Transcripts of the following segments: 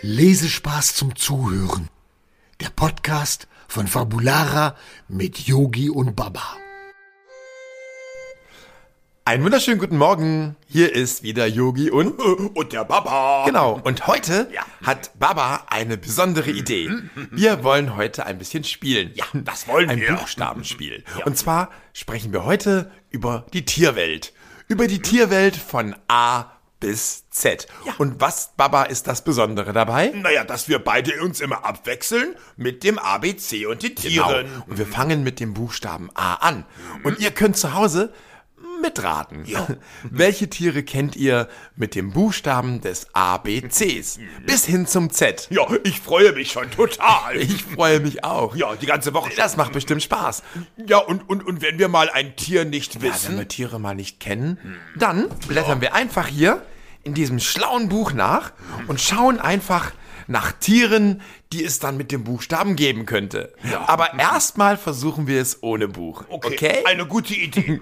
Lesespaß zum Zuhören. Der Podcast von Fabulara mit Yogi und Baba. Einen wunderschönen guten Morgen. Hier ist wieder Yogi und Und der Baba. genau. Und heute Ja. hat Baba eine besondere Idee. Wir wollen heute ein bisschen spielen. Ja, das wollen ein wir. Buchstabenspiel. Und zwar sprechen wir heute über die Tierwelt. Über die Tierwelt von A bis Z. Und was, Baba, ist das Besondere dabei? Naja, dass wir beide uns immer abwechseln mit dem ABC und den Tieren. Genau. Und wir fangen mit dem Buchstaben A an. Und ihr könnt zu Hause mitraten. Welche Tiere kennt ihr mit dem Buchstaben des ABCs bis hin zum Z? Ja, ich freue mich schon total. Ich freue mich auch. ja, die ganze Woche. Das macht bestimmt Spaß. ja, und, und, und wenn wir mal ein Tier nicht Wenn wissen. wir Tiere mal nicht kennen, dann blättern wir einfach hier in diesem schlauen Buch nach und schauen einfach nach Tieren, die es dann mit dem Buchstaben geben könnte. Aber erstmal versuchen wir es ohne Buch. Okay? Eine gute Idee.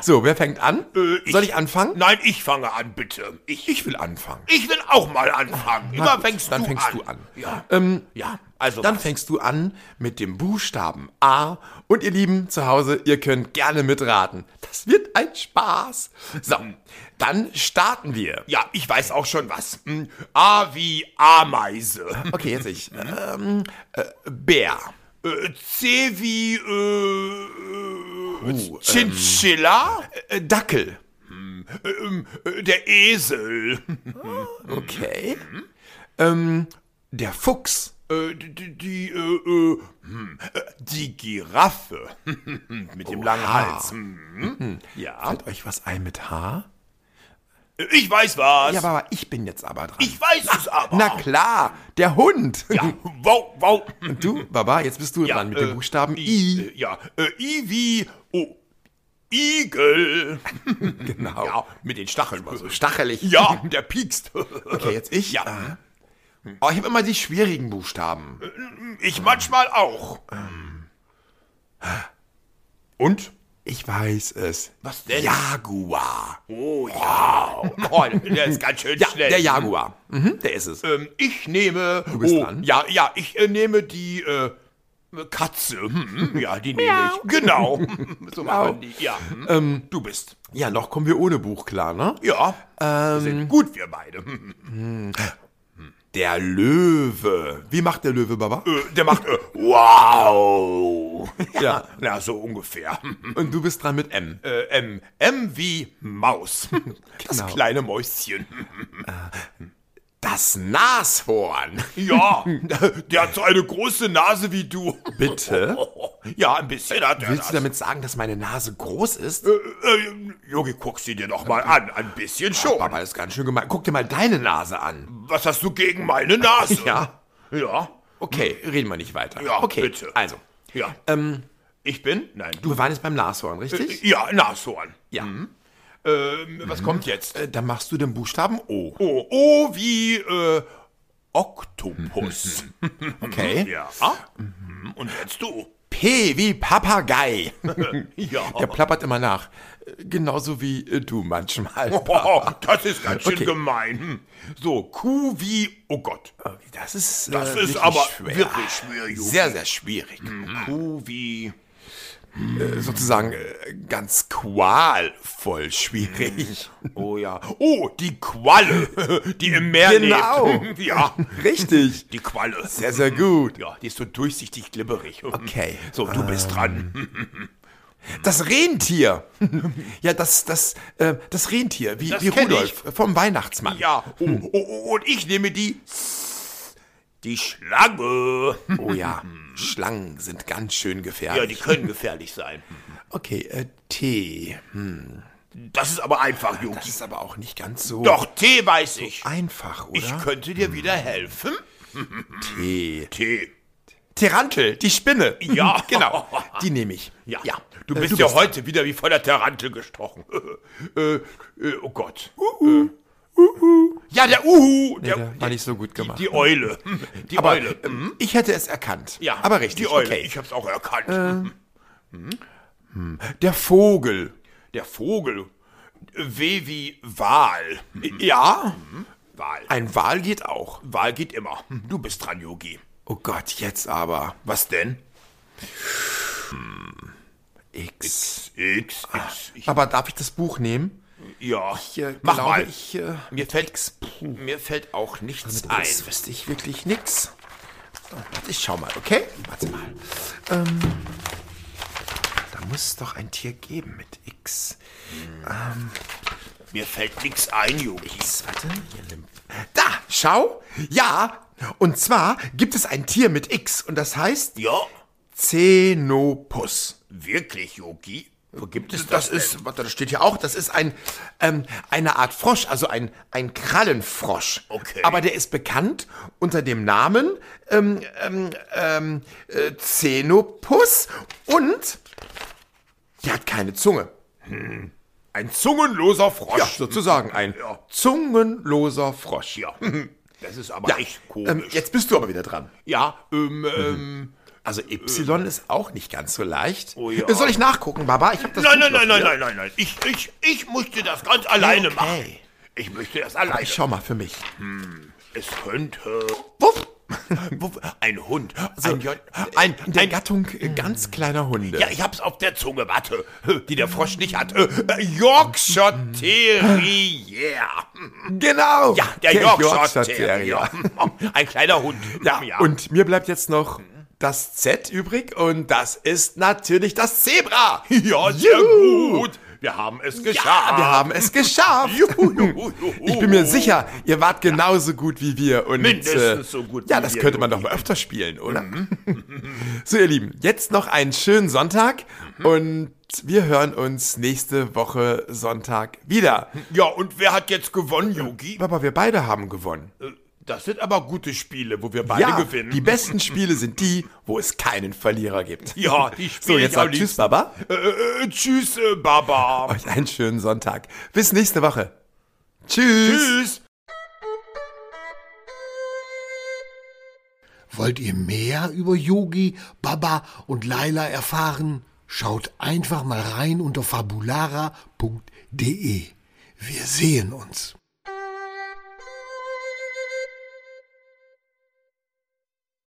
So, wer fängt an? Äh, ich- Soll ich anfangen? Nein, ich fange an, bitte. Ich, ich, Ich will anfangen. ich will auch mal anfangen. Na Immer gut, fängst, dann du, fängst an. du an. Ja, Ähm, ja also Dann was. fängst du an mit dem Buchstaben A. Und ihr Lieben zu Hause, ihr könnt gerne mitraten. Das wird ein Spaß. So, dann starten wir. Hm. Ja, ich weiß auch schon was. Hm, A wie Ameise. Hm. Okay, jetzt ich. Ähm, äh, Bär. Äh, C wie äh, Oh, Chinchilla. Äh, Dackel. Ähm, äh, der Esel. Okay. Hm. Ähm, der Fuchs. Äh, die, die, die, äh, äh, hm, äh, die Giraffe. Mit dem langen Hals. Hm. Ja. Fällt euch was ein mit H? Äh, Ich weiß was. Ja, aber ich bin jetzt aber dran. ich weiß es aber. Na hm. klar, der Hund. Ja. Wow, wow. Und du, Baba, jetzt bist du dran mit äh, dem Buchstaben I. I. äh, Ja. Äh, I wie oh, Igel. Genau. Ja, mit den Stacheln. war so. Stachelig. Ja, der piekst. Okay, jetzt ich. Ja. Ah. Oh, ich habe immer die schwierigen Buchstaben. Ich manchmal auch. Und? Ich weiß es. Was denn? Jaguar. Oh ja. Oh, der ist ganz schön Ja, schnell. der Jaguar. Mhm, der ist es. Ähm, ich nehme. Du bist oh, dran. Ja, ja, ich äh, nehme die äh, Katze. Hm, ja, die nehme ich. Genau. so machen wir die. Ja. hm. du bist. Ja, noch kommen wir ohne Buch klar, ne? Ja. wir sind gut, wir beide. Hm. Der Löwe. Wie macht der Löwe, Baba? Äh, der macht. Äh, wow. Ja. Na, so ungefähr. Hm. Und du bist dran mit M. Äh, M, M wie Maus. Das Genau. kleine Mäuschen. Das Nashorn. Ja, der hat so eine große Nase wie du. Bitte? Ja, ein bisschen hat er Willst du das. damit sagen, dass meine Nase groß ist? Äh, äh, Jogi, guck sie dir doch mal an. Ein bisschen schon. Baba, das ist ganz schön gemein. Guck dir mal deine Nase an. Was hast du gegen meine Nase? Ja. Ja. Okay, reden wir nicht weiter. Ja, okay. bitte. Also, Ja. ähm, ich bin? Nein, du. wir waren jetzt beim Nashorn, richtig? Ja, Nashorn. Mhm. ja. Ähm, was kommt jetzt? Äh, Dann machst du den Buchstaben O. Oh, oh wie äh, Oktopus. Okay. ja. Mhm. Und jetzt du. Hm? P wie Papagei. Ja. Der plappert immer nach. Äh, Genauso wie äh, du manchmal. Oh, das ist ganz schön Okay. gemein. Hm. So, Kuh wie, oh Gott. Das ist, äh, Das ist wirklich aber schwer. wirklich schwer, Jogi. Sehr, sehr schwierig. Kuh wie, Äh, Sozusagen äh, ganz qualvoll schwierig. oh ja. Oh, die Qualle, die im Meer Genau. lebt. Ja, Richtig. die Qualle. Sehr, sehr gut. Ja, die ist so durchsichtig glibberig. Okay. Ah. So, du bist dran. Das Rentier. Ja, das, das, äh, das Rentier, wie, Das wie kenn Rudolf vom Weihnachtsmann. Ja, oh, Hm. oh, oh, und ich nehme die. Die Schlange. Oh ja, Schlangen sind ganz schön gefährlich. Ja, die können gefährlich sein. Okay, äh, T. Das ist aber einfach, Das Jogi. ist aber auch nicht ganz so ah, Hm. Doch, Tee weiß ich. einfach, oder? Ich könnte dir wieder helfen. T. Tee. Tarantel, die Spinne. Ja. genau. Die nehme ich. Ja. Du Äh, Du bist bist ja dran. heute wieder wie von der Tarantel gestochen. äh, äh, oh Gott. Äh. Ja, der Uhu. Der, der war nicht so gut gemacht. Die Eule. Die aber Eule. Mhm. ähm, ich hätte es erkannt. Ja, aber richtig. Die Eule. Okay. Äh. Ich hab's auch erkannt. Der Vogel. Der Vogel. W wie Wal. Ja. Wahl. Ein Wal geht auch. Wahl geht immer. Hm, Du bist dran, Yogi. Oh Gott, jetzt aber. Was denn? Hm, X. X, Ah. X. Ich, Aber darf ich das Buch nehmen? ja, äh, mach glaube mal. Ich, äh, mir, fällt, mir fällt auch nichts Nein, ein. X wüsste ich wirklich nix. So, warte, ich schau mal, okay? Warte mal. Ähm, da muss es doch ein Tier geben mit X. Mir fällt nichts ein, Yogi. X, warte. Hier, nimm- da, schau. Ja, und zwar gibt es ein Tier mit X und das heißt Ja, Xenopus. wirklich, Yogi. Wo gibt es Das das? ist, warte, das steht hier auch, das ist ein, ähm, eine Art Frosch, also ein, ein Krallenfrosch. Okay. Aber der ist bekannt unter dem Namen ähm, ähm, ähm, äh, Xenopus und der hat keine Zunge. Hm. Ein zungenloser Frosch. Ja, sozusagen ein Ja. zungenloser Frosch. Ja, das ist aber echt komisch. ähm, jetzt bist du aber wieder dran. Mhm. ja, ähm, ähm. äh. Also Y ist auch nicht ganz so leicht. Oh ja. Soll ich nachgucken, Baba? Ich hab das Nein, Buch nein, nein, noch nein, hier. nein, nein, nein. Ich, ich, ich musste das ganz alleine Okay. machen. Ich möchte das alleine. Ich schau mal für mich. Es könnte Wupp. Wuff, ein Hund, So, ein, J- ein, äh, ein, der ein Hm. Gattung äh, ganz kleiner Hunde. ja, ich hab's auf der Zunge, warte, die der Frosch nicht hat. Äh, äh, Yorkshire Terrier. genau. Ja, der, Yorkshire, Terrier. Ein kleiner Hund. Ja, und mir bleibt jetzt noch das Z übrig und das ist natürlich das Zebra. ja, sehr Juhu. gut. Wir haben es geschafft. Ja, wir haben es geschafft. Juhu, juhu, juhu. Ich bin mir sicher, ihr wart genauso gut wie wir. Und, äh, Mindestens so gut Ja, wie das wir, Mhm. könnte man doch mal öfter spielen, oder? so, ihr Lieben, jetzt noch einen schönen Sonntag Mhm. und wir hören uns nächste Woche Sonntag wieder. Ja, und wer hat jetzt gewonnen, Yogi? Aber wir beide haben gewonnen. Das sind aber gute Spiele, wo wir beide gewinnen. die besten Spiele sind die, wo es keinen Verlierer gibt. Ja, die So, spiele jetzt ich am sagt Tschüss, liebsten. Baba. Äh, äh, tschüss, äh, Baba. Euch einen schönen Sonntag. Bis nächste Woche. Tschüss. tschüss. Wollt ihr mehr über Yogi, Baba und Laila erfahren? Schaut einfach mal rein unter fabulara.de. Wir sehen uns.